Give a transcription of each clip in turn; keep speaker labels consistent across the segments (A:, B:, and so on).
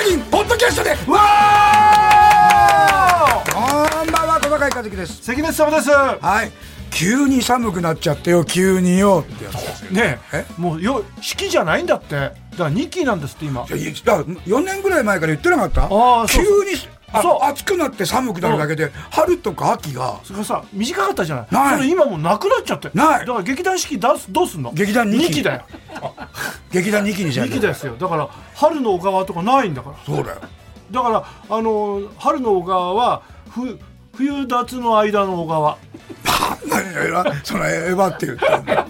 A: ャストでわーこんばんは小坂井一樹です
B: 関根様です
A: はい急に寒くなっちゃってよ急によってやつですよ
B: ねえ
A: え
B: もうよ式じゃないんだってだから2期なんですって今
A: いやいや4年ぐらい前から言ってなかった
B: あーそう
A: 急にあ
B: そう
A: 暑くなって寒くなるだけで春とか秋が
B: それがさ短かったじゃない
A: ない
B: それ今もうなくなっちゃって
A: ない
B: だから劇団式出すどうすんの
A: 劇団二期
B: 二だよ
A: 劇団2期にしな
B: 2
A: い
B: 期ですよだから春の小川とかないんだから
A: そうだよ
B: だからあのー春の小川はふ冬脱の間の小川
A: 何エヴァそのエヴァって言ったんだよ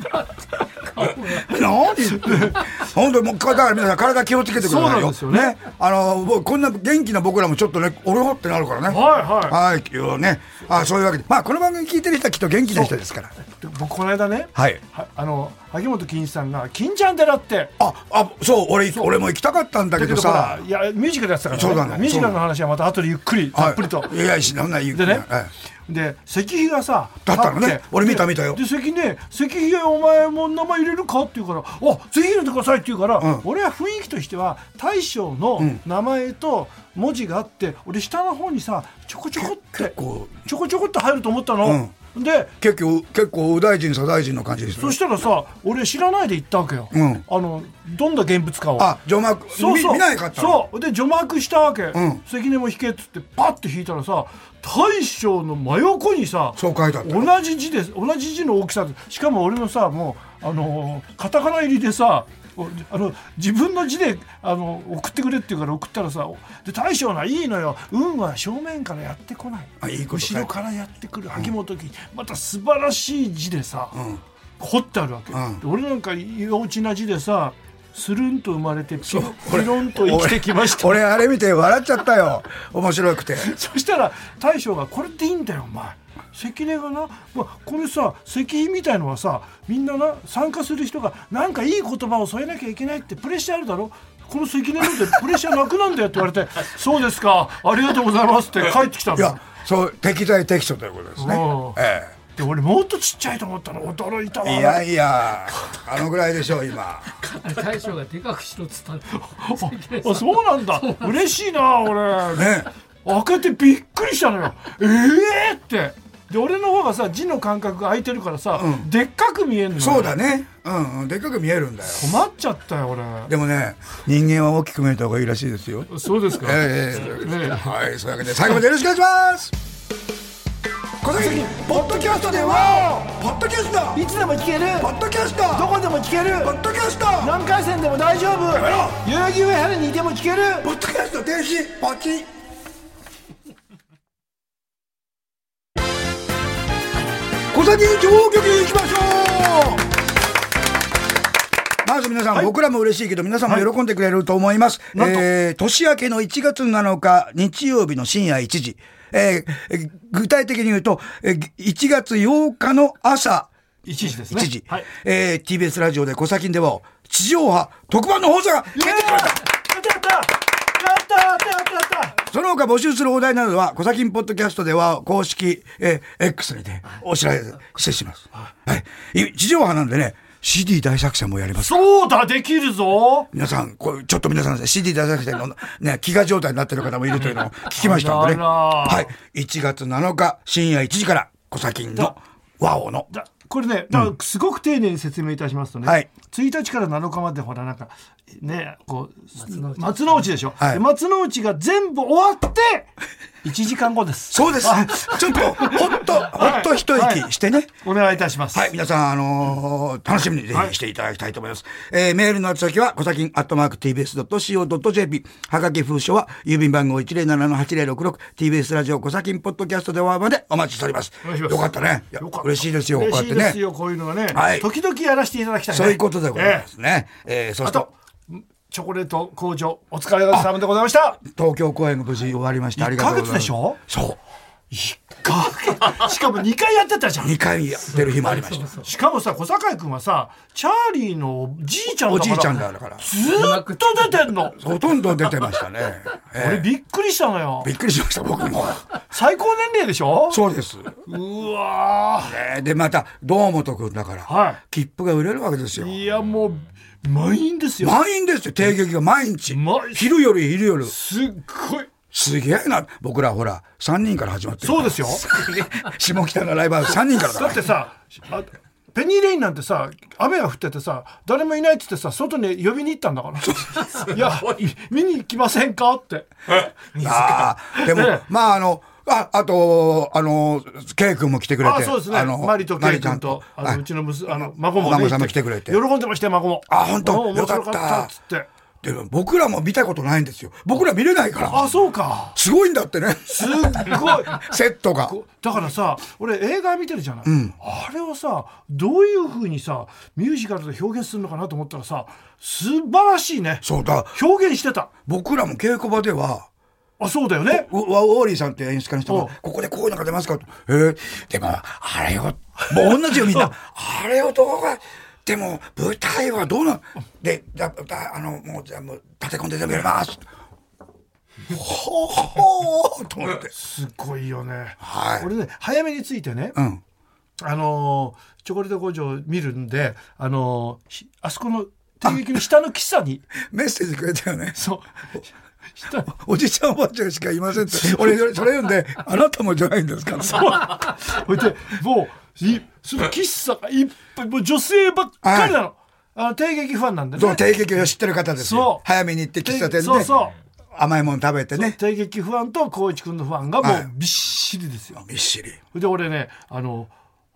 A: 何言ってんの本当にもうだから皆さん体気をつけてくださいよ
B: そうなんですよね
A: あのもうこんな元気な僕らもちょっとねおろってなるからね
B: はいはい
A: はい今日ねあそういうわけでまあこの番組聞いてる人はきっと元気な人ですから
B: で僕この間ね
A: はい
B: はあの萩本欽一さんが「金ちゃん寺」って
A: ああそう俺俺も行きたかったんだけ
B: だけ
A: ど
B: どほら
A: さ
B: いやミュージカルやってたから、
A: そうなの
B: ミュージカルの話はまた後でゆっくりたっぷりと、
A: はい、いやいやしなんない言う
B: でね、
A: はい
B: で石碑がさ
A: だったのね
B: 立て
A: 俺見た
B: で
A: 見たよ
B: で石ね石碑お前も名前入れるかって言うから「あぜひ入れてください」って言うから、
A: ん
B: 俺は雰囲気としては大将の名前と文字があって俺下の方にさちょこちょこっ
A: 結
B: て
A: 構
B: ちょこちょこって入ると思ったの、で
A: 結構結構右大臣左大臣の感じです
B: そ
A: ね
B: したらさ俺知らないで行ったわけよ、
A: うん
B: あのどんな現物かを。
A: あ除幕
B: そうそ
A: 見
B: う
A: 見ないかったの
B: そうで除幕したわけ、
A: ん
B: 関根も引けっつってパッて引いたらさ大将の真横にさ
A: そう書いてあった
B: 同じ字です同じ字の大きさでしかも俺のさもうあのーカタカナ入りでさおあの自分の字であの送ってくれって言うから送ったらさおで大将ないいのよ運は正面からやってこない
A: あいいこと書いて
B: 後ろからやってくる萩本君、また素晴らしい字でさ、彫ってあるわけ、
A: うん
B: で俺なんか幼稚な字でさスルンと生まれてピロ
A: 俺
B: ピロンと生きてきました
A: 俺俺あれ見て笑っちゃったよ面白くて
B: そしたら大将が「これでいいんだよお前」関根がな、まあ、これさ石碑みたいのはさみんなな参加する人がなんかいい言葉を添えなきゃいけないってプレッシャーあるだろこの関根のってプレッシャーなくなんだよって言われ て「そうですかありがとうございます」って帰ってきたん
A: い
B: だ
A: やそう適材適所ということですね
B: うん、
A: え
B: で俺もっとちっちゃいと思ったの驚いたわ
A: え、いやいやあのぐらいでしょう今
C: 大将がでかくしろっつったんだ
B: あそうなんだ嬉しいな俺
A: ね
B: 開けてびっくりしたのよええってで俺の方がさ字の間隔が空いてるからさ、でっかく見えるのよ
A: そうだねうんうんでっかく見えるんだよ
B: 困っちゃったよ俺
A: でもね人間は大きく見えた方がいいらしいですよ
B: そうですか
A: ええええ
B: ね
A: はいそういうわけで最後までよろしくお願いします小崎ポッドキャストではポッドキャスト
B: いつでも聞ける
A: ポッドキャスト
B: どこでも聞け
A: ポ
B: る
A: ッドキャストポ
B: 何回戦でも大丈夫
A: めろ
B: 代々木上原にいても聞ける
A: ッドキャスト停止ポチッ小崎情報局に行きましょうまず皆さん、僕らも嬉しいけど、皆さんも喜んでくれると思います。
B: なんと
A: えー年明けの1月7日、日曜日の深夜1時。えーえー具体的に言うと、えー1月8日の朝
B: 1時です
A: 1
B: ね
A: 時、
B: はい
A: えー TBS ラジオで小崎んでは、地上波特番の放送が決定しました
B: やったやったやったやったやったやった
A: その他募集するお題などは、コサキンポッドキャストでは公式、えー X にてお知らせします。はい。い地上波なんでね、CD 大作戦もやります。
B: そうだできるぞ
A: 皆さん、こうちょっと皆さん、CD 大作戦のね、飢餓状態になってる方もいるというのを聞きましたんでね。
B: あらら
A: はい。1月7日深夜1時から、コサキンのワオの。
B: だこれねだからすごく丁寧に説明いたしますとね、
A: はい
B: 1日から7日までほらなんかねこう松之内でしょ、
A: はい
B: で松之内が全部終わって1時間後です
A: そうです。ちょっと、ほっと、ほっと一息してね。
B: お願いいたします、
A: はい、皆さん、あのー楽しみにぜひしていただきたいと思います。えーメールの宛先は、こさきん、アットマーク、tbs.co.jp。はがき封書は、郵便番号107-8066、tbs ラジオ、こさきん、ポッドキャストではまでお待ちしております。
B: お願いします
A: よかったね。いや
B: よかった
A: 嬉しいですよ、こうや
B: 嬉
A: っ
B: していで
A: ね
B: す。よ、こういうのはね、
A: はい
B: 時々やらせていただきたいね、
A: そういうことでございま
B: え
A: すね。えーそ
B: え
A: して
B: あと、チョコレート工場、お疲れ様でございました。
A: 東京公演が無事終わりまして、ありがとうございます。
B: 一ヶ月でしょ
A: そう。
B: 一回 しかも2回やってたじゃん
A: 2回やってる日もありました
C: そう
B: しかもさ小堺君はさチャーリーのじいちゃん
A: お
B: だか
A: じい
B: ら
A: ちゃんだから
B: ずーっと出てんの
A: ほとんど出てましたね、ええ
B: 俺びっくりしたのよ
A: びっくりしました僕も
B: 最高年齢でしょ
A: そうです、
B: うわ
A: ねでまた堂本君だから、
B: は
A: 切符が売れるわけですよ
B: ーいやもう満員ですよ
A: 満員ですよ定劇が毎日
B: 毎日
A: 昼より昼より
B: すっごい
A: すげえな僕らほら3人から始まってる
B: そうですよ
A: 下北のライブハウス3人からだか
B: だ
A: ら
B: ってさあペニーレインなんてさ雨が降っててさ誰もいないっつってさ外に呼びに行ったんだから いや見に行きませんかって
A: ああ、でも、
B: ええ
A: まあ、あの、あ、あと、あの、ケイ君も来てくれて。
B: あそうですね
A: の
B: マリとケイ
A: ちゃ
B: 君
A: ん
B: とあ
A: はい
B: のうちの娘あの孫もね
A: お孫さんも来てくれて
B: 喜んでましたよ孫も
A: あ本当
B: うん面白かっ
A: よか
B: た
A: った
B: っつって
A: でも、僕らも見たことないんですよ。僕ら見れないから。
B: あそうか
A: すごいんだってね。
B: すっごい
A: セットが。
B: こだからさ俺映画見てるじゃない、あれをさどういうふうにさミュージカルで表現するのかなと思ったらさ素晴らしいね
A: そうだ。
B: 表現してた
A: 僕らも稽古場では、
B: あそうだよね
A: ウウォーリーさんって演出家の人
B: お
A: が、ここでこういうのが出ますかと。えーでも、あれを、もう同じよみんな。あれをどうが、でも、舞台はどうなんで、だ、だあの、もう、じゃあもう、立て込んで全部やります。ほほーと思って。
B: すごいよね、
A: はい
B: 俺ね早めについてね、
A: うん。
B: あのーチョコレート工場見るんであのーひあそこの定劇の下の喫茶 に
A: メッセージくれたよね。
B: そう下
A: おじいちゃんおばあちゃんしかいませんって。俺、それそれ読んで、あなたもじゃないんですか。
B: ほいでもういその喫茶がいっぱいもう女性ばっかりなの、あの定劇ファンなんでね
A: そう、定期を知ってる方ですよ
B: そう。
A: 早めに行って喫茶店
B: そうそ
A: で、甘いもの食べてね。
B: 帝劇ファンと光一君のファンがも
A: は
B: う
A: い
B: びっしりですよ。
A: びっしり。
B: で俺ねあの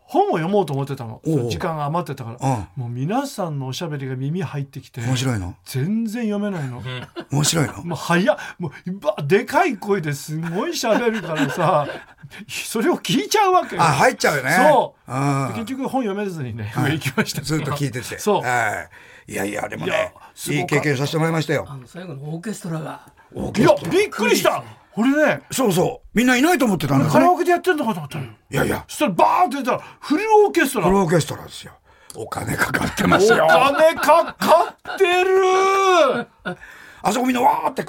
B: 本を読もうと思ってたの
A: おう
B: 時間が余ってたから、もう皆さんのおしゃべりが耳入ってきて
A: 面白いの
B: 全然読めないの。
A: 面白いの
B: もう早っもうばでかい声ですごい喋るからさ それを聞いちゃうわけよ
A: あ、入っちゃうよね。
B: そう
A: うん
B: で結局本読めずにね、上行きました
A: ずっと聞いてて。
B: そう
A: はい。いやいや、でも
B: いや
A: ね、
B: す
A: いい
B: ごかった
A: 経験させてもらいましたよ。
C: あの最後のオーケストラが
B: いやびっくりした俺ね
A: そうそう。みんないないと思ってたんだ
B: カ
A: か
B: ラ
A: ら。
B: オケでやってんのかと思ったのよ
A: いやいや、
B: そしたらバーンって出たらフルオーケストラ
A: プロオーケストラですよ。お金かかってます
B: お
A: よ。
B: 金かかってる
A: あそこみんなわーって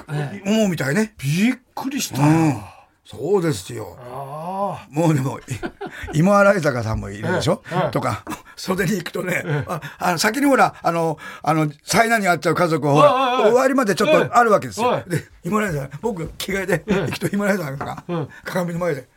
A: 思うみたいね。
B: びっくりした、
A: うん。そうですよ。
B: あ
A: もうでも、い 芋洗坂さんもいるでしょ、
B: ええええ
A: とか、袖に行くとね、ああの先にほら、あの、あの、災難に遭っちゃう家族はほら、
B: おいおいおい
A: 終わりまでちょっ
B: ええ
A: とあるわけです
B: お
A: よ
B: い。
A: で、芋洗坂さん、僕、着替えで行くと芋洗坂さんが、鏡の前で、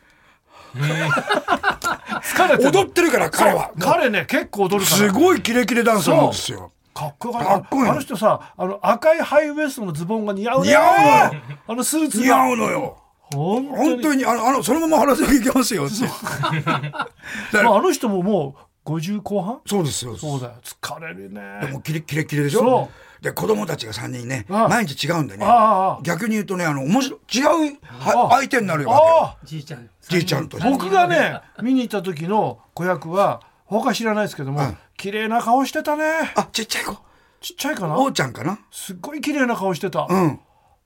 B: あ疲れてる
A: 踊ってるから、彼は。
B: 彼ね結構踊るから
A: すごいキレキレダンスなんですよ。
B: かっこよかっ
A: かっこいい
B: たあの人さあの赤いハイウエストのズボンが似合うね
A: 似合うのよ
B: あのスーツ
A: 似合うのよ。
B: 本当
A: 本
B: に
A: 当に、あの、あのそのまま原宿行きますよって。だか
B: ま
A: ら
B: あ、あの人ももう50後半
A: そうですよ。
B: そうだよ疲れるね
A: でもキレッキレッキレでし
B: そ
A: ょで子供たちが3人ね
B: ああ
A: 毎日違うんでね
B: ああああ
A: 逆に言うとねあの面白い違うは
B: ああ
A: 相手になるわ
B: ああ
C: じいちゃん
A: けよじいちゃんと
C: 三人
B: 僕がね見に行った時の子役は他知らないですけども、
A: うん
B: 綺麗な顔してたね
A: あちっちゃい子
B: ちっちゃいかな
A: おうちゃんかな
B: すっごい綺麗な顔してた、
A: う
B: うん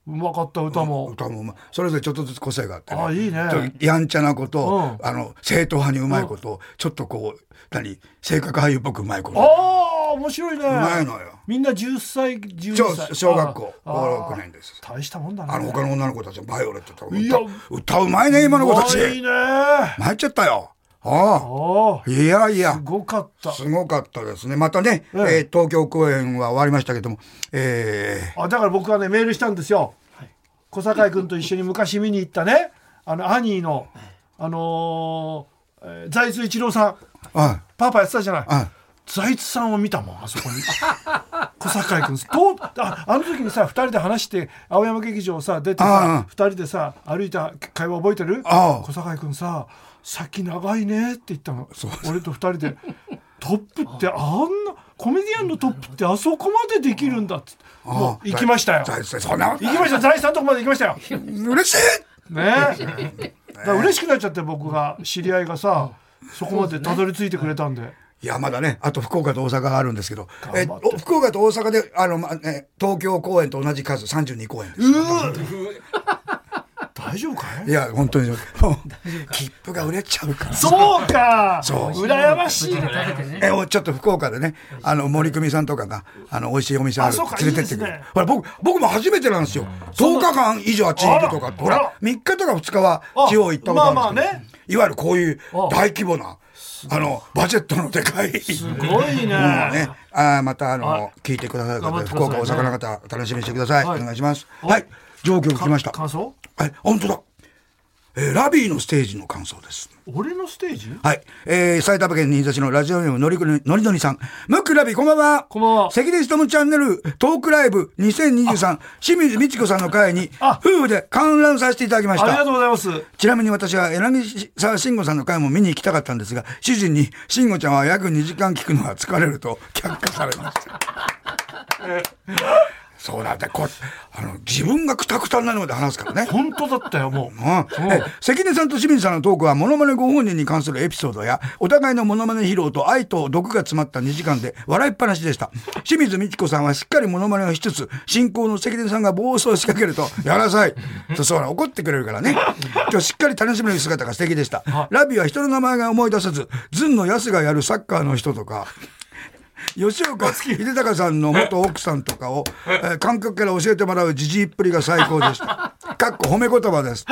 B: まかった歌も、
A: 歌もうまいそれぞれちょっとずつ個性があってね
B: ああいいね
A: ちょっとやんちゃな子と
B: うん
A: あの正統派にうまい子とちょっとこう何性格俳優っぽくうまい子
B: あ
A: う
B: あ面白いね
A: まいのよ
B: みんな10歳12
A: 小
B: 歳
A: 小学校
B: あー
A: 56年です
B: 大したもんだね
A: あの他の女の子たちもバイオレットとか
B: いや
A: 歌歌うまいね今の子たち
B: うわいいねあ
A: 参っちゃったよあ
B: あ
A: あいやいや
B: すごかった
A: すごかったですね。またね、
B: え
A: え
B: え
A: ー東京公演は終わりましたけども、え
B: あだから僕はねメールしたんですよ、小堺君と一緒に昔見に行ったねあのアニーのあのーえー財津一郎さん
A: ー、あ
B: パパやってたじゃない、
A: あ
B: 財津さんを見たもんあそこに 小堺君とああの時にさ2人で話して青山劇場さ出て
A: ああ
B: さ2人でさ歩いた会話覚えてる
A: ああ
B: 小堺君さ「先長いね」って言ったの俺と2人で 「トップってあんなコメディアンのトップってあそこまでできるんだ」っつって
A: あ
B: もう行きましたよ
A: 財津さんそんな
B: 行きました財津さんのとこまで行きましたよ
A: 嬉しい。
B: ねえだから嬉しくなっちゃって僕が知り合いがさそこまでたどり着いてくれたんで。
A: いやまだね、あと福岡と大阪があるんですけど、え
B: 頑張って
A: お福岡と大阪であのまね東京公演と同じ数32公演です。
B: うー大丈夫かい
A: いや本当に もう切符が売れちゃうから
B: そうか
A: そう
B: 羨ましい
C: 食
B: ね
C: べてね
A: えおちょっと福岡でねあの森久美さんとかがあの美味しいお店ある
B: あそうか
A: 連れてってく
B: いい
A: れ
B: ですね
A: ほら僕僕も初めてなんですよ10日間以上あっちに行くとか
B: あ
A: っ
B: ら
A: てほ
B: あ
A: ら
B: ら
A: 3日とか2日は地方行ったことあるんですけど
B: あまあまあね
A: いわゆるこういう
B: あ
A: 大規模なあのバジェットのでかい
B: すごいね
A: もうね、あーまたあ
B: は
A: の
B: い
A: 聞いてくださる
B: 頑
A: 方
B: 張っ
A: で、
B: てく
A: 福
B: ださい
A: 岡
B: ね
A: 大阪の方楽しみにしてください。
B: はい
A: お願いします。はい、状況聞きました。
B: 感想
A: はい、本当だ。えーラビーのステージの感想です。
B: 俺のステージ
A: はい、えー、埼玉県新座市のラジオネームのりくりのりのりさん、ムックラビーこんばんは。
B: こんばんは
A: 関根勤チャンネルトークライブ2023清水美智子さんの会に
B: あ
A: 夫婦で観覧させていただきまし
B: ありが
A: た
B: と。うございます
A: ちなみに私は柳沢慎吾さんの回も見に行きたかったんですが、主人に慎吾ちゃんは約2時間聞くのは疲れると却下されま した。そうなんだこうあの自分がくたくたになるまで話すからね。
B: 本当だったよもう
A: うん、え関根さんと清水さんのトークはモノマネご本人に関するエピソードやお互いのモノマネ披露と愛と毒が詰まった2時間で笑いっぱなしでした清水美智子さんはしっかりモノマネをしつつ進行の関根さんが暴走を仕掛けると「やらなさい」とそうな怒ってくれるからね今日しっかり楽しめる姿が素敵でしたラビは人の名前が思い出せずずんのやすがやるサッカーの人とか吉岡秀隆さんの元奥さんとかを、えー感覚から教えてもらうじじいっぷりが最高でした。かっこ褒め言葉です。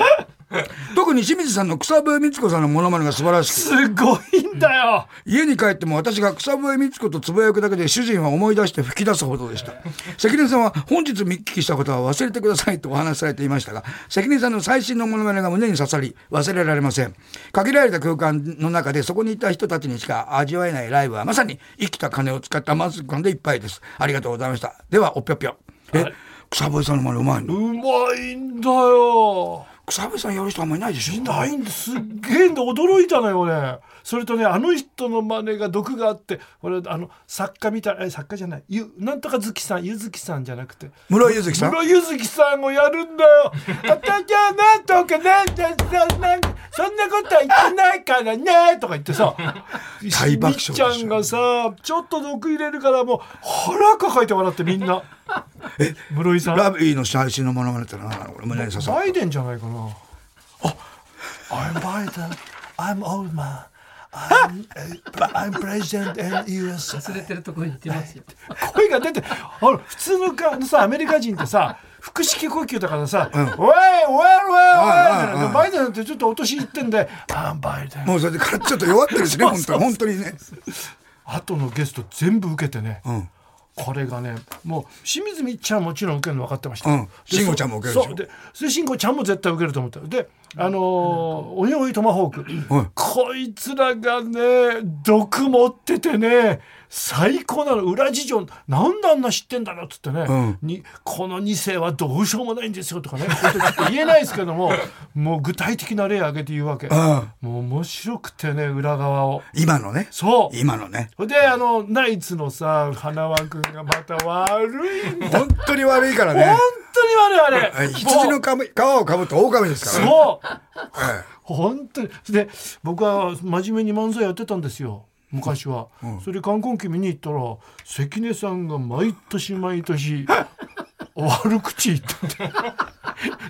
A: 特に清水さんの草笛光子さんのモノマネが素晴らしく、
B: すごいんだよ
A: 家に帰っても私が草笛光子とつぶやくだけで主人は思い出して吹き出すほどで した。関根さんは本日見聞きしたことは忘れてくださいとお話しされていましたが、関根さんの最新のモノマネが胸に刺さり、忘れられません。限られた空間の中でそこにいた人たちにしか味わえないライブはまさに生きた金を使った満足感でいっぱいです。ありがとうございました。では、おっぴょっぴょ。え、草笛さんのモノマネうまいうの
B: まいんだよ
A: 草笛さんやる人あんまりいないでしょ
B: ないんですっげえんで驚いたのよ俺それとねあの人の真似が毒があって俺あの作家みたいえ作家じゃないゆなんとか月さんゆずきさんじゃなくて
A: 室井ゆずきさん
B: 室井ゆずきさんをやるん だよ私はなんとかなんだそんなそんなことは言ってないからねとか言ってさ
A: 大爆笑でしょ
B: みっちゃんがさちょっと毒入れるからもう腹抱えて笑ってみんな室井さん
A: ラビーの最新のモノマネってのは何なのこれ胸に刺さる
B: バイデンじゃないかな。あ、I'm Biden. I'm old man. I'm, I'm president in US.
C: 忘れてるところに行ってますよ。
B: 声が出て、あの普通のかあのさアメリカ人ってさ。腹式呼吸だからさ、おいおいおいおい
A: い
B: お
A: はい
B: いバイデンなんてちょっとお年いってんで、あんバイデン。
A: もうそれでからちょっと弱ってるし ね本当に本当にね
B: 後のゲスト全部受けてね、
A: ん
B: これがねもう清水みっちゃんはもちろん受けるの分かってました、
A: うん
B: で
A: 慎吾ちゃんも受けるでしょ
B: そうでで慎吾ちゃんも絶対受けると思ったであのーおいおいトマホーク、
A: はい
B: こいつらがね毒持っててね最高なの裏事情なんであんな知ってんだろっつってね、
A: うん
B: にこの2世はどうしようもないんですよとかねこういうことちょっと言えないですけどももう具体的な例挙げて言うわけ、
A: ん
B: もう面白くてね裏側を
A: 今のね
B: そう
A: 今のね
B: それであのナイツのさ花輪君がまた悪いんだ
A: 本当に悪いからね
B: 本当に悪いあ
A: は
B: れ
A: い羊の
B: もう
A: かぶ皮をかぶった狼ですからね
B: そう
A: え
B: 本当にで僕は真面目に漫才やってたんですよ昔は、それ観光期見に行ったら関根さんが毎年毎年悪口言ってて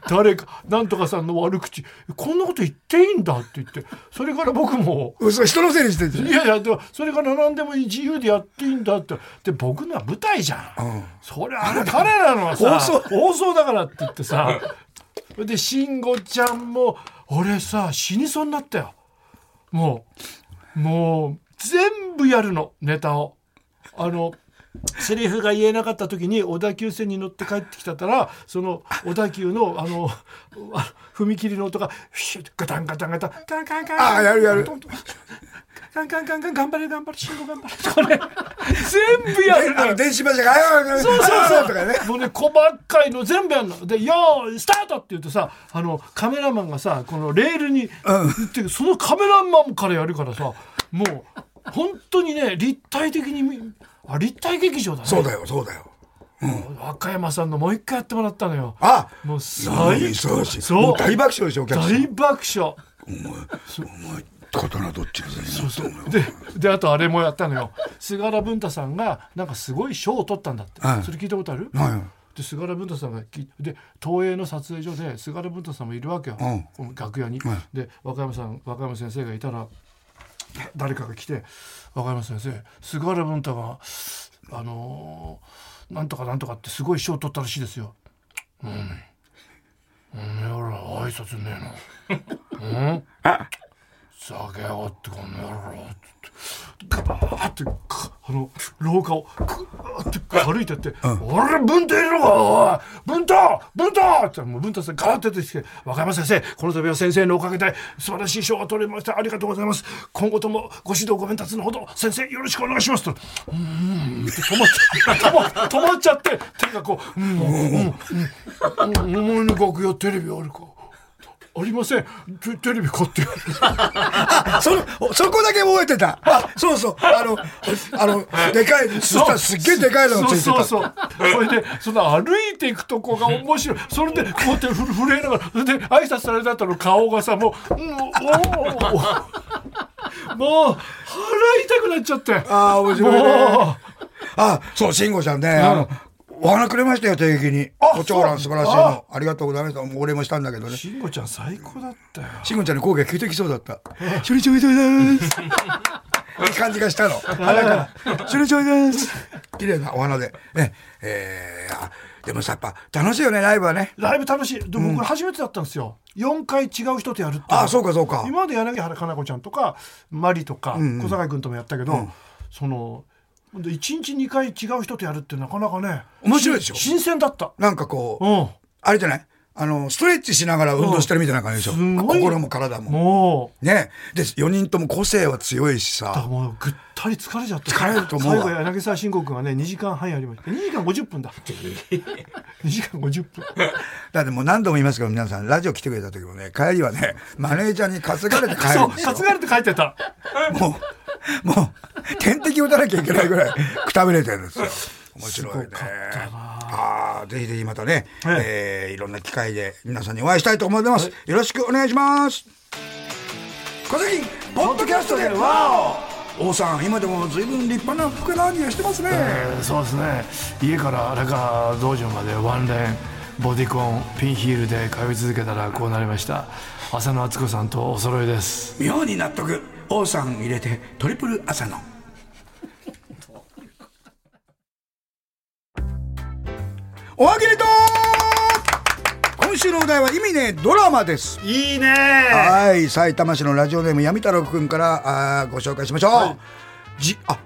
B: 誰かなんとかさんの悪口こんなこと言っていいんだって言ってそれから僕も
A: え嘘人のせいにしてるじゃん
B: いやいやでもそれから何でもいい自由でやっていいんだってで僕のは舞台じゃん、
A: うん
B: そりゃあの彼らのはさ
A: 放送
B: 放送だからって言ってさそれで慎吾ちゃんも俺さ死にそうになったよもうもう全部やるのネタをあのセリフが言えなかった時に小田急線に乗って帰ってきたらその小田急のあのあ踏切の音がシュッガタンガタンガタンカンカンカン
A: ああやるやる
B: トントンカンカンカンカン頑張れ頑張れ慎吾頑張れこれ全部やるの
A: あ
B: よ
A: の電子柱が「ああ
B: そうそうそう
A: とかね
B: もうね細かいの全部やるので「よーいスタート!」って言うとさあのカメラマンがさこのレールに、ってそのカメラマンからやるからさもう本当にね立体的に見あ立体劇場だね
A: そうだよそうだよ
B: 若山さんのもう一回やってもらったのよ
A: あ
B: もう最
A: そうし
B: そう
A: もう大爆笑でしょお客さん
B: 大爆笑
A: 刀どっちが全然そう思うよ
B: でであとあれもやったのよ菅原文太さんがなんかすごい賞を取ったんだって、
A: はい
B: それ聞いたことある、
A: はい
B: で菅原文太さんがきで東映の撮影所で菅原文太さんもいるわけよ、
A: うん
B: この楽屋に、
A: はい
B: で若山さん若山先生がいたら誰かが来て「若山先生菅原文太があのーなんとかなんとかってすごい賞取ったらしいですよ」うん「おめえら挨拶ねえな」うん下げやがってこの野郎ってガバーってかあの廊下をグーって歩いてって「俺文太いるのかおい文太文太!」ってもう文太さんガーって出てきて「若山先生この度は先生のおかげで素晴らしい賞を取りましてありがとうございます今後ともご指導ご鞭達のほど先生よろしくお願いします」と「うーん」って止まっちゃ止ま止まっちゃって手がこう「うんうんうんうんお前の楽屋テレビあるか?」ありませんテテレビ買って
A: あそのそこだけ覚えてたあそうそうあのあのでかいそしたらすっげえでかいのがついてた
B: そうそうそうそれでその歩いていくとこが面白いそれでこうやってふ震えながらそれで挨拶された後の顔がさもう、うん、おおもう腹痛くなっちゃって
A: ああ面白いね
B: も
A: あそう慎吾ちゃんね、あのお花くれましたよ定期に
B: あ
A: お長蘭素
B: そう
A: 晴らしいのありがとうございましたお礼もしたんだけどね
B: う慎吾ちゃん最高だったよ
A: 慎吾ちゃんの声が聞いてきそうだった「初日おめでとうございます」 いい感じがしたの鼻から「初日おめでとうございます」綺麗なお花でねえーあでもさやっぱ楽しいよねライブはね
B: ライブ楽しいでもこれ初めてだったんですよ、四4回違う人とやるっていのは
A: ああそうかそうか
B: 今まで柳原加奈子ちゃんとかマリとか小坂井君ともやったけど、そのほんと一日2回違う人とやるってなかなかね
A: 面白いでしょ
B: 新鮮だった
A: なんかこう
B: うん
A: あれじゃないあのストレッチしながら運動してるみたいな感じでしょ
B: うんすごい
A: 心も体も
B: も
A: ねで4人とも個性は強いし
B: うだから
A: さ
B: もうぐったり疲れちゃった
A: 疲れると思うわ
B: 最後柳沢慎吾君がね2時間半やりました2時間50 分だ2時間50分
A: だってもう何度も言いますけど皆さんラジオ来てくれた時もね帰りはねマネージャーに担がれて帰
B: そ
A: る
B: うん
A: ですよ
B: 担がれて帰ってた
A: もうもう点滴打たなきゃいけないぐらいくたびれてるんですよ面白いね
B: すごかった
A: ああぜひぜひまたね、
B: はい
A: えーいろんな機会で皆さんにお会いしたいと思ってます、よろしくお願いします小関ポッドキャストでわお王さん今でも随分立派な服なにをしてますね、
B: そうですね家から荒川道場までワンレーンボディコンピンヒールで通い続けたらこうなりました浅野敦子さんとお揃いです
A: 妙に納得王さん入れてトリプル朝のおはぎりと今週のお題は意味ねえドラマです
B: いいね
A: はい埼玉市のラジオネーム闇太郎くんからあーご紹介しましょう、じあ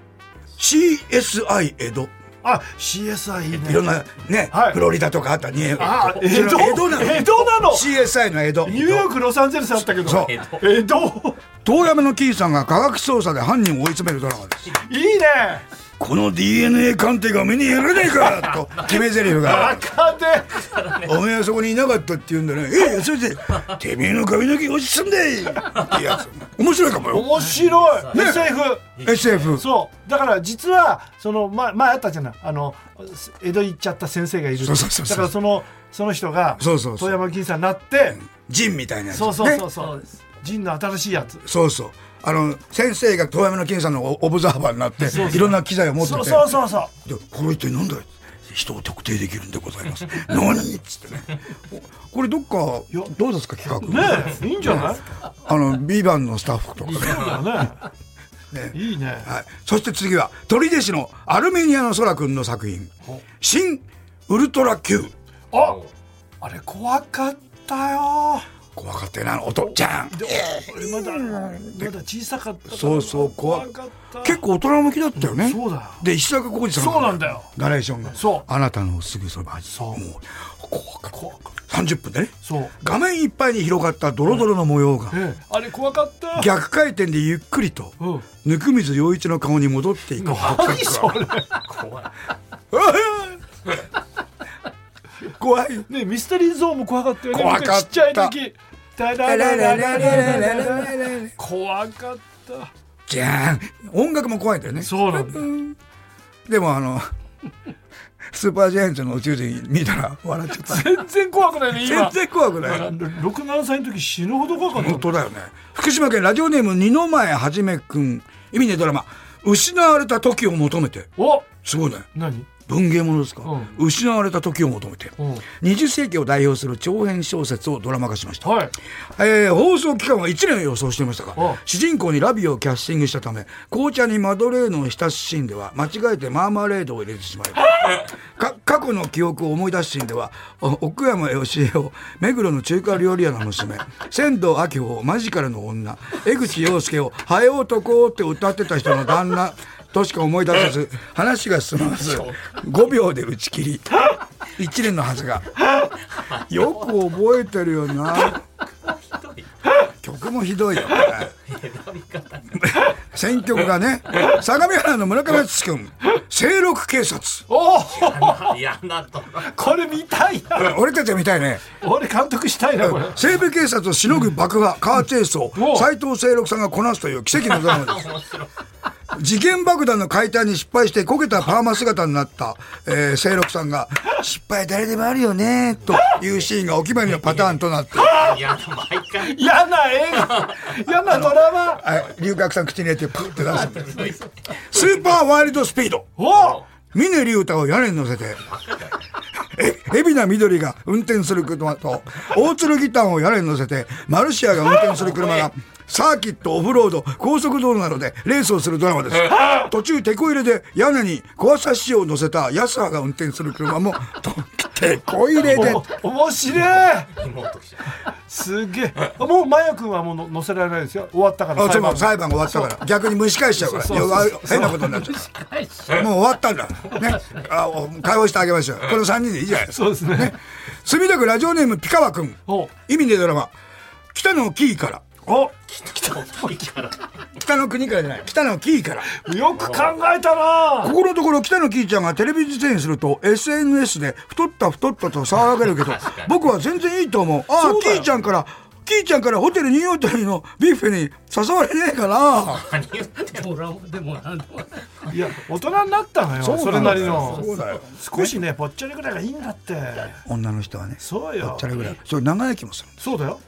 A: CSI 江戸
B: あ CSI いいね
A: いろんなね、
B: はい
A: フロリダとかあったに
B: あ江戸
A: それ江戸なの
B: 江戸なの
A: CSI の江戸
B: ニューヨークロサンゼルスあったけど
A: そう
B: 江戸
A: 遠山の金さんが科学捜査で犯人を追い詰めるドラマです
B: いいね
A: この DNA 鑑定が目に入らねえ かと決め台詞があ
B: バ
A: る
B: カで
A: おめえはそこにいなかったって言うんだねええそれでてめえの髪の毛落ちたんだいってやつ面白いかもよ
B: 面白い、
A: ね
B: SF
A: SF
B: そうだから実はその前前あったじゃないあの江戸行っちゃった先生がいる
A: そうそうそうそう
B: だからそのその人が
A: そうそうそう
B: 遠山金さんになって
A: ジンみたいなやつ
B: そうそうそう
A: ね
B: そ
C: そう
B: う
C: です
B: 仁の新しいやつ
A: そうそうあの先生が遠山の金さんのオブザーバーになっていろんな機材を持ってて
B: そうそうそうそう
A: でこれ一体なんだい人を特定できるんでござい ます何っつってねおこれどっか
B: いや
A: どうですか企画
B: ねえいいんじゃない
A: あの「ビバンのスタッフとかね
B: そうだね
A: ね
B: いいね
A: はい、そして次は取手市のアルメニアの空くんの作品「新ウルトラ Q
B: ああれ怖かったよ」
A: 怖かったよな音じゃん
B: で俺まだまだ小さかったから
A: そうそう怖
B: 怖
A: い
B: かった
A: 結構大人向きだったよね、
B: そうだよ
A: で石坂浩二さん
B: そうなんだよ
A: ナレーションが
B: そう
A: あなたのすぐそばに
B: そう
A: もう怖かった
B: 怖かっ
A: 30分でね
B: たそう
A: 画面いっぱいに広がったドロドロの模様が、
B: ええあれ怖かった
A: 逆回転でゆっくりと、
B: うん
A: 温水洋一の顔に戻っていく
B: 何それ
A: 怖い
B: ねミステリーゾーンも怖かったよね
A: 怖かった
B: ちっちゃい時ダララララララララ怖かった
A: じゃん音楽も怖いんだよね
B: そうなんだ
A: でもあのスーパージャイアンツの宇宙人見たら笑っちゃった
B: 全然怖くないね今
A: 全然怖くない
B: 六七歳の時死ぬほど怖かっ
A: 本
B: た
A: 当だよね福島県ラジオネーム二の前はじめくん意味ねえドラマ「失われた時を求めて
B: お」
A: すごいね
B: 何
A: 文芸ものですか、
B: う
A: 失われた時を求めて、
B: うん
A: 20世紀を代表する長編小説をドラマ化しました、
B: はい
A: えー放送期間は1年を予想していましたが
B: うん
A: 主人公にラビオをキャスティングしたため紅茶にマドレーヌを浸すシーンでは間違えてマーマレードを入れてしまいか過去の記憶を思い出すシーンではお奥山義恵を目黒の中華料理屋の娘仙道明穂をマジカルの女江口洋介を「ハエ男」って歌ってた人の旦那 としか思い出せず話が進まず5秒で打ち切り1年のはずがよく覚えてるよな曲もひどいよこれ。選曲がね相模原の村上敦君清六警察
B: おお
D: 嫌なと
B: これ見たいな
A: 俺たちは見たいね
B: 俺監督したいなこれ
A: 西部警察をしのぐ爆破、カーチェイスを
B: お
A: 斎藤清六さんがこなすという奇跡のドラマです事件爆弾の解体に失敗して焦げたパーマ姿になった、えー、清六さんが「失敗誰でもあるよね」というシーンがお決まりのパターンとなって
D: 嫌な毎回
B: 嫌な映画嫌なドラマ
A: あ龍角さん口に入れてプッて出すんですスーパーワイルドスピード
B: おお
A: 峰竜太を屋根に乗せて、え海老名緑が運転する車と、大鶴ギターを屋根に乗せて、マルシアが運転する車が、サーキット、オフロード、高速道路などでレースをするドラマです。途中、テこ入れで屋根に小朝師匠を乗せた安葉が運転する車も、とテこ入れで、
B: 面白い
D: 妹来ちゃ
B: すげえもうマヤ君はもうの乗せられないですよ終わったから
A: あそうもう裁
B: 裁判
A: 判が終わったから、逆に蒸し返しちゃうから、
B: そうそう
A: よ変なことになっちゃう。もう終わったんだ。ね。あお解放してあげましょう。この3人でいいじゃないですか。
B: そうですね
A: 墨田区ラジオネームピカワ君
B: お
A: 意味でドラマ「北のキーから
B: お
D: ういいから」
A: 北の国からじゃない北のキーから
B: よく考えた
A: こ
B: な
A: このところ北のキーちゃんがテレビ出演すると SNS で太った太ったと騒がれるけど僕は全然いいと思うああ
B: そう
A: キ
B: だよ
A: ーちゃんからキーちゃんからホテルニューヨークのビュッフェに誘われねえかな
D: 何言ってんの
C: ドラマでもなんでもない。
B: いや大人になったのよそれなりの
A: そうだよ
B: 少しねぽっちゃりぐらいがいいんだって
A: 女の人はね
B: そうよ
A: ぽっちゃりぐらいそう長生きもするんだ
B: そうだよ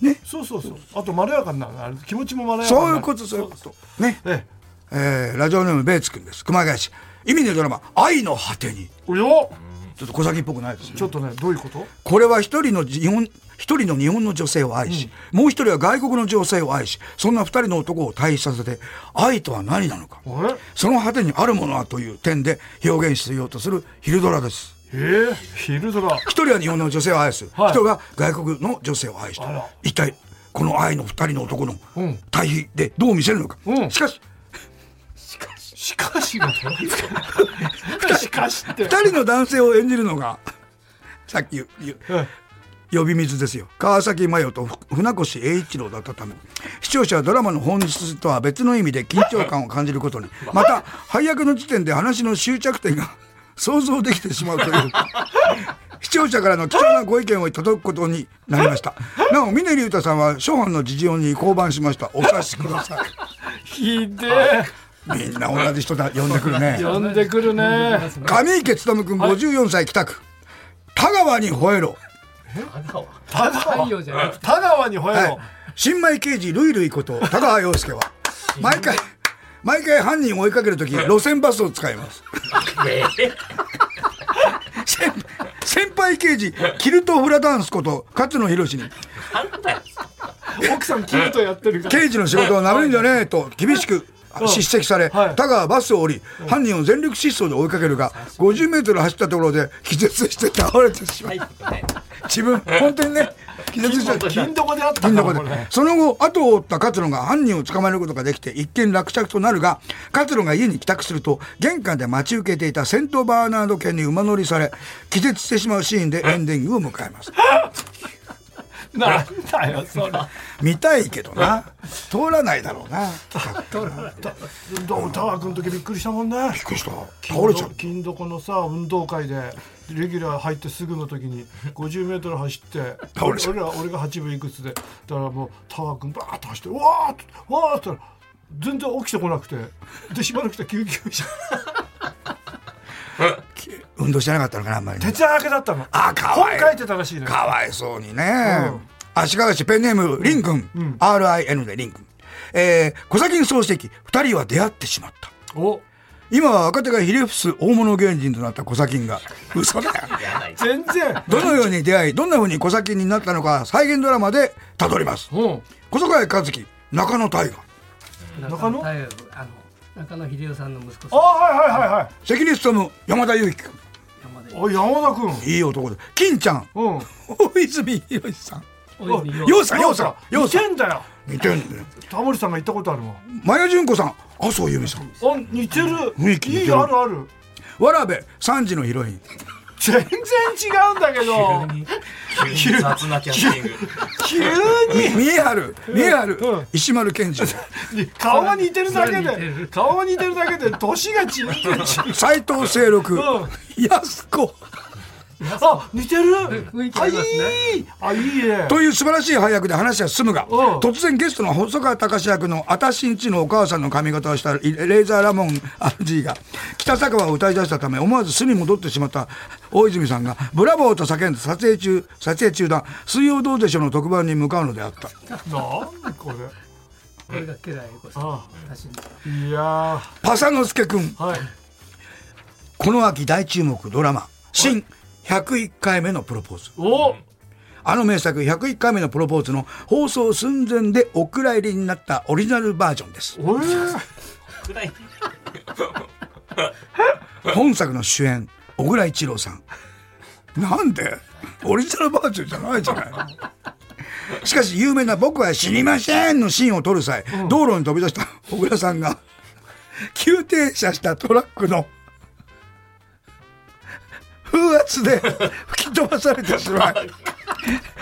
A: ね
B: そうそうそうあとまろやかになるあれ気持ちもまろやかになる
A: そういうことそういうことね
B: え
A: えーラジオネームベーツくんです熊谷市意味でドラマ「愛の果てに
B: えよ」
A: ちょっと小崎っぽくないですね
B: ちょっとねどういうこと
A: これは一人の日本一人の日本の女性を愛し、もう一人は外国の女性を愛しそんな二人の男を対比させて愛とは何なのか
B: え
A: その果てにあるものはという点で表現しようとする昼ドラです
B: えー、昼ドラ
A: 一人は日本の女性を愛する、
B: はい
A: 人が外国の女性を愛して
B: あら
A: 一体この愛の二人の男の
B: うん
A: 対比でどう見せるのか、
B: うん
A: しかし
B: しかしがしかしって
A: 二人の男性を演じるのがさっき言う言う
B: え
A: 呼び水ですよ川崎麻世と船越英一郎だったため視聴者はドラマの本質とは別の意味で緊張感を感じることにまた配役の時点で話の終着点が 想像できてしまうという視聴者からの貴重なご意見を届くことになりましたなお峰竜太さんは初版の事情に降板しましたお察しくださ
B: ひでえ
A: いみんな同じ人だ呼んでくるね
B: 呼んでくるね
A: 上池勉君54歳北区田川に吠えろ
D: あんなは
B: 田
C: 太
B: 川
C: 陽じゃなくて。
B: 田川に吠え
A: はい
B: ろ、
A: 新米刑事ルイルイこと高橋洋介は毎回毎回犯人を追いかけるとき路線バスを使います
D: ええ
A: 先先輩刑事キルトフラダンスこと勝野博に
D: なんだよ
B: 奥さんキルトやってるから
A: 刑事の仕事はなめるんじゃねえと厳しく叱責され、
B: はい
A: 田川はバスを降り、犯人を全力疾走で追いかけるが、50メートル走ったところで気絶して倒れてしまう。
D: 最後ね
A: 自分、本当にね、気絶しちゃった。
B: 金床であったか
A: 金
B: ら
A: の子
B: こ
A: で
B: れ
A: その後後を追った勝野が犯人を捕まえることができて一見落着となるが勝野が家に帰宅すると玄関で待ち受けていたセントバーナード犬に馬乗りされ気絶してしまうシーンでエンディングを迎えます
B: なんだよそれ
A: 見たいけどな通らないだろうな
B: 運動田川君の時びっくりしたもんね
A: びっくりした倒れちゃう
B: 金床のさ運動会でレギュラー入ってすぐの時に 50m 走って
A: 倒れちゃう
B: 俺ら俺が8分いくつでだからもう田川君バーッと走ってうわーっとわーっと全然起きてこなくてでしばらくして救急車
A: 運動してなかったのかなあんまりね
B: 徹夜明けだったの
A: あかわいい
B: 本書いてたらしいね
A: かわいそうにね、
B: うん
A: 足利市ペンネームリン君、RIN でリン君えー、小崎漱石2人は出会ってしまった
B: お
A: 今は若手がひれ伏す大物芸人となった小崎が嘘だよ
D: やない
B: 全然
A: どのように出会いどんな風に小崎になったのか再現ドラマでたどります
B: うん
A: 小坂井和樹中野大河
B: 中野
C: 太陽あの中野秀夫さんの息子
B: あ
C: さん
B: はいはいはいはい
A: 関根勤山田裕貴君
C: 山で
B: お山田君
A: いい男で金ちゃん
B: うん
A: 大泉洋さん
C: 大泉洋
A: 洋さん洋さん洋
B: 似
A: さん
B: てんだよ
A: 似てるんだよ
B: タモリさんが言ったことあるもん
A: 真矢純子さん麻生由美さん
B: あ似てる
A: 雰囲気似てる
B: いいあるある
A: 蕨三時のヒロイン
B: 全然違うんだけど
D: 急に雑なキャスティング
B: 急
A: み三重春三重春
B: うん
A: 石丸健二
B: に顔が似てるだけ
C: それ似て
B: で顔が似てるだけで年が違う
A: 斎藤清六
B: うん
A: 安子
B: あ似てる
C: 雰囲気
B: あ
C: あ
B: い
C: りますね
B: いあいいね
A: という素晴らしい配役で話は進むが
B: うん
A: 突然ゲストの細川隆役のあたしんちのお母さんの髪型をしたレーザーラモン RG が北酒場を歌い出したため思わず巣に戻ってしまった大泉さんが「ブラボー!」と叫んで撮影中撮影中断「水曜どうでしょう」の特番に向かうのであった
B: なんこれ
C: これが家来子さん
B: あ
C: 私に
B: いや
A: パサノスケ君
B: ーはい
A: この秋大注目ドラマ「新101回目のプロポーズ」
B: お
A: あの名作101回目のプロポーズの放送寸前でお蔵入りになったオリジナルバージョンです
B: おえー
D: 暗い
A: 本作の主演小倉一郎さんなんでオリジナルバージョンじゃないじゃないしかし有名な「僕は死にません」のシーンを撮る際、道路に飛び出した 小倉さんが急停車したトラックの風圧で吹き飛ばされてしまい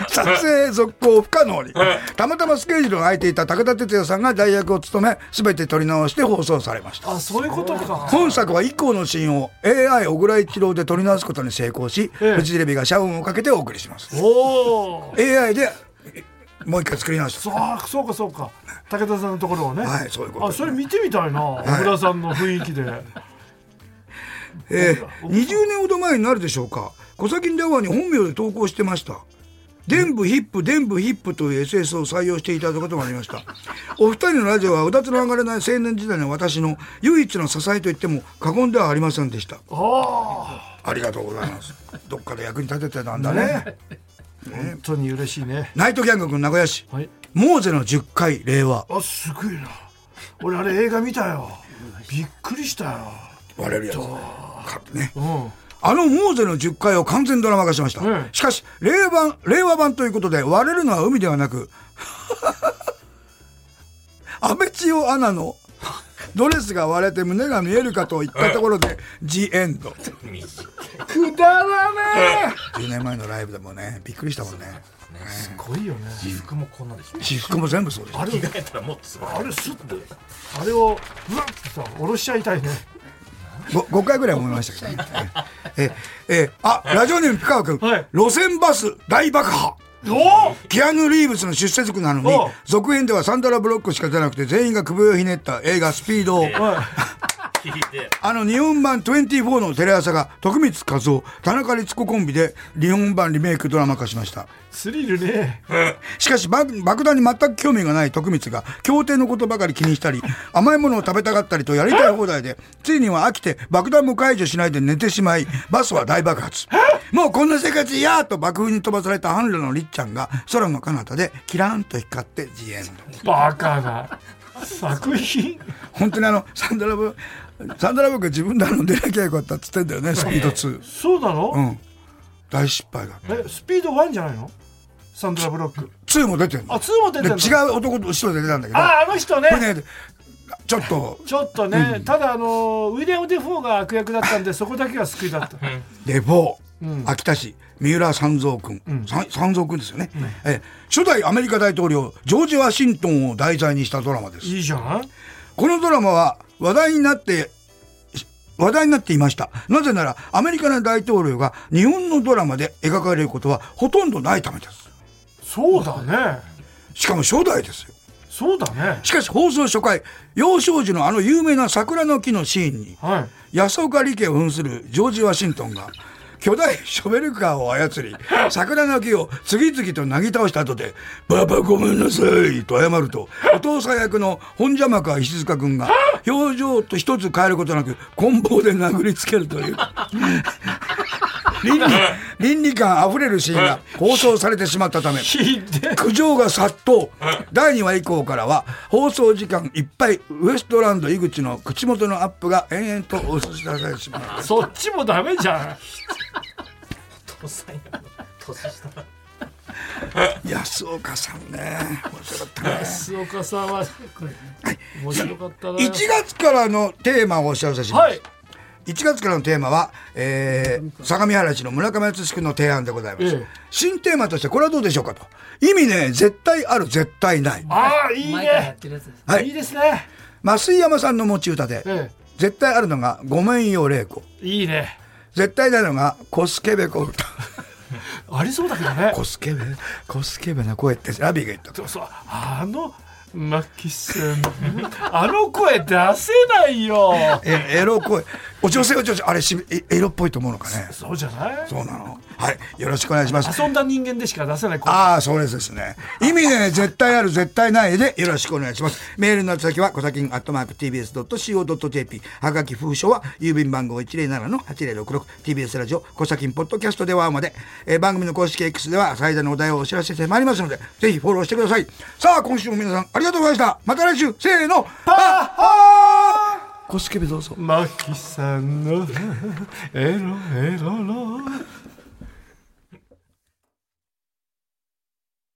A: 撮影続行不可能にたまたまスケジュールが空いていた武田鉄矢さんが代役を務め全て撮り直して放送されました
B: あそういうことか
A: 本作は以降のシーンを AI 小倉一郎で撮り直すことに成功し、
B: ええ
A: フジテレビが社運をかけてお送りします
B: おお
A: AI でえもう一回作り直し
B: そ
A: た
B: うそうかそうか武田さんのところをね
A: はいそういうこと
B: あそれ見てみたいな小倉さんの雰囲気 で
A: えー20年ほど前になるでしょうか小崎の電話に本名で投稿してました伝部ヒップ伝部ヒップという SS を採用していただくこともありましたお二人のラジオはうだつの上がれない青年時代の私の唯一の支えと言っても過言ではありませんでした
B: ああ
A: ありがとうございますどっかで役に立ててたんだね
B: 本当に嬉しいね
A: ナイトギャング君名古屋市
B: はい
A: モーゼの10回令和
B: あすごいな俺あれ映画見たよびっくりしたよ
A: 割れるやつかね
B: うん
A: あのモーゼの10回を完全ドラマ化しました、
B: うん
A: しかし令和版令和版ということで割れるのは海ではなく 安倍千代アナのドレスが割れて胸が見えるかといったところで「ジ・エンド」
B: くだらね
A: 10年前のライブでもねびっくりしたもんね
B: えすごいよね
D: 私服もこんなでしょ
A: 私服も全部そうです
B: あれ
D: 着替えたらもっとすごい
B: あれすってあれをブワッてさ下ろしちゃいたいね
A: 5, 回ぐらい思いましたけどねえええあラジオネームピカワ君、
B: はい
A: 路線バス大爆破
B: おお
A: キアヌ・リーブスの出世作なのに
B: おう
A: 続編ではサンドラ・ブロックしか出なくて全員が首をひねった映画「スピードを」
D: 聞いて
A: あの日本版24のテレ朝が徳光和夫田中律子コンビで日本版リメイクドラマ化しました
B: スリルね
A: しかしば爆弾に全く興味がない徳光が協定のことばかり気にしたり甘いものを食べたかったりとやりたい放題でついには飽きて爆弾も解除しないで寝てしまいバスは大爆発もうこんな生活嫌と爆風に飛ばされた伴侶のりっちゃんが空の彼方でキラーンと光って自演
B: バカな作品
A: 本当にあのサンドラブサンドラブが自分であの出なきゃよかったっつってんだよねスピード2
B: そうなの、
A: うん大失敗だ
B: えスピード1じゃないのサンドラブロック
A: 2も出てんの
B: あ2も出て
A: で
B: んの
A: 違う男と後ろで出たんだけど
B: ああの人ね
A: これねちょっと
B: ちょっとね、ただあのウィリアム・デ・フォーが悪役だったんでそこだけが救いだった
A: デフォー、秋田市三浦三蔵君、さ三蔵君ですよね、え初代アメリカ大統領ジョージ・ワシントンを題材にしたドラマです
B: いいじゃない
A: このドラマは話題になって話題になっていましたなぜならアメリカの大統領が日本のドラマで描かれることはほとんどないためです
B: そうだね
A: しかも初代ですよ
B: そうだね
A: しかし放送初回幼少時のあの有名な桜の木のシーンに
B: はい
A: 安岡理家を扮するジョージ・ワシントンが巨大ショベルカーを操り桜の木を次々となぎ倒した後で「パパごめんなさい」と謝るとお父さん役の本邪魔か石塚君が表情と一つ変えることなく棍棒で殴りつけるという。倫理倫理観あふれるシーンが放送されてしまったため 苦情が殺到第2話以降からは放送時間いっぱいウエストランド井口の口元のアップが延々とお知らせしま した
B: そっちもダメじゃん
D: 父さんや年下だ
A: 安岡さんね面白かったね
B: 須岡さんは
C: これね
B: 面白かったな
A: 1月からのテーマをお知らせします、
B: はい
A: 1月からのテーマは、えー相模原市の村上敦君の提案でございます、
B: ええ
A: 新テーマとしてこれはどうでしょうかと意味ね絶対ある絶対ない
B: ああいい
C: 前からやっ
B: ね
C: てるやつです
A: はい
B: いいですね
A: 増井山さんの持ち歌で、
B: え
A: 絶対あるのが「ごめんよ玲子
B: えいいね」
A: 絶対ないのが「コスケベコ歌」
B: ありそうだけどね
A: コスケベコスケベな声ってラビーが言った
B: そうそうあのマキさんあの声出せないよ
A: えエロ声お女性は女性あれしエエロっぽいと思うのかね
B: そうじゃない
A: そうなのはいよろしくお願いします
B: 遊んだ人間でしか出せない声
A: ああ、そうですですね。意味ね、絶対ある、絶対ないで、よろしくお願いします。メールの宛先は、小崎アットマーク tbs.co.jp。はがき封書は、郵便番号 107-8066TBS ラジオ、小崎ポッドキャストではまで。えー番組の公式 X では、最大のお題をお知らせしてまいりますので、ぜひフォローしてください。さあ、今週も皆さん、ありがとうございました。また来週、せーの、パッハー小崎部どうぞ。
B: マキさんのエロエロロ